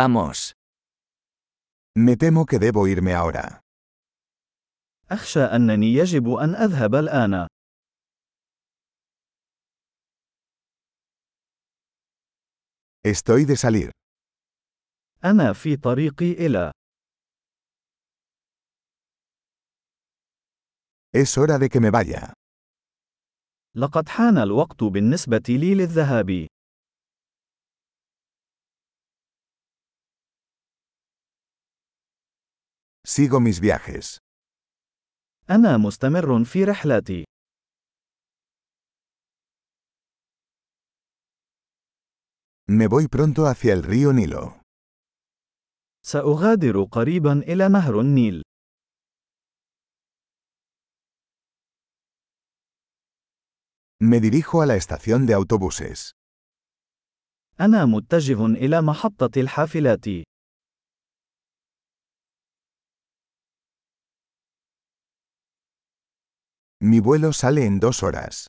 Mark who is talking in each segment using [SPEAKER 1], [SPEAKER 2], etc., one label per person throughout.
[SPEAKER 1] Vamos.
[SPEAKER 2] Me temo que debo irme ahora.
[SPEAKER 3] أخشى أنني يجب أن أذهب الآن.
[SPEAKER 2] Estoy de salir.
[SPEAKER 3] أنا في طريقي إلى.
[SPEAKER 2] Es hora de que me vaya.
[SPEAKER 3] لقد حان الوقت بالنسبة لي للذهاب.
[SPEAKER 2] Sigo mis viajes.
[SPEAKER 3] أنا مستمر في رحلتي.
[SPEAKER 2] Me voy pronto hacia el río Nilo.
[SPEAKER 3] سأغادر قريبا إلى نهر النيل.
[SPEAKER 2] Me dirijo a la estación de autobuses.
[SPEAKER 3] أنا متجه إلى محطة الحافلات.
[SPEAKER 2] Mi vuelo sale en dos horas.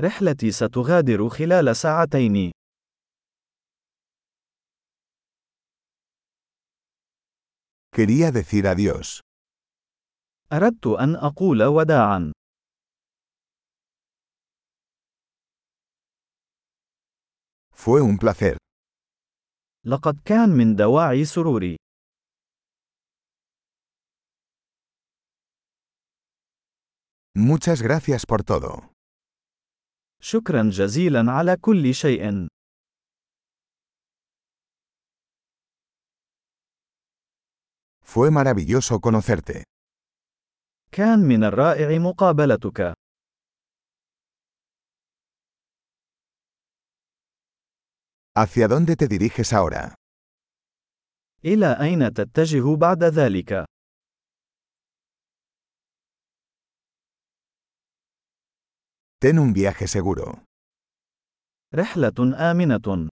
[SPEAKER 3] رحلتي ستغادر خلال ساعتين.
[SPEAKER 2] Quería decir adiós.
[SPEAKER 3] أردت أن أقول وداعاً.
[SPEAKER 2] Fue un placer.
[SPEAKER 3] لقد كان من دواعي سروري.
[SPEAKER 2] Muchas gracias por todo.
[SPEAKER 3] شكرا جزيلا على كل شيء.
[SPEAKER 2] Fue maravilloso conocerte.
[SPEAKER 3] كان من الرائع مقابلتك.
[SPEAKER 2] ¿Hacia dónde te diriges ahora?
[SPEAKER 3] إلى أين تتجه بعد ذلك؟
[SPEAKER 2] Ten un viaje seguro.
[SPEAKER 3] رحلة آمنة.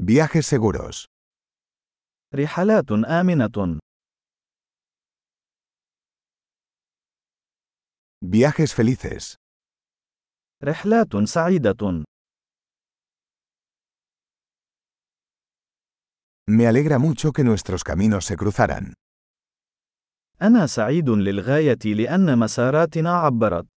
[SPEAKER 2] Viajes seguros.
[SPEAKER 3] رحلات آمنة.
[SPEAKER 2] Viajes felices.
[SPEAKER 3] رحلات سعيدة.
[SPEAKER 2] Me alegra mucho que nuestros caminos se cruzaran.
[SPEAKER 3] أنا سعيد للغاية لأن مساراتنا عبرت.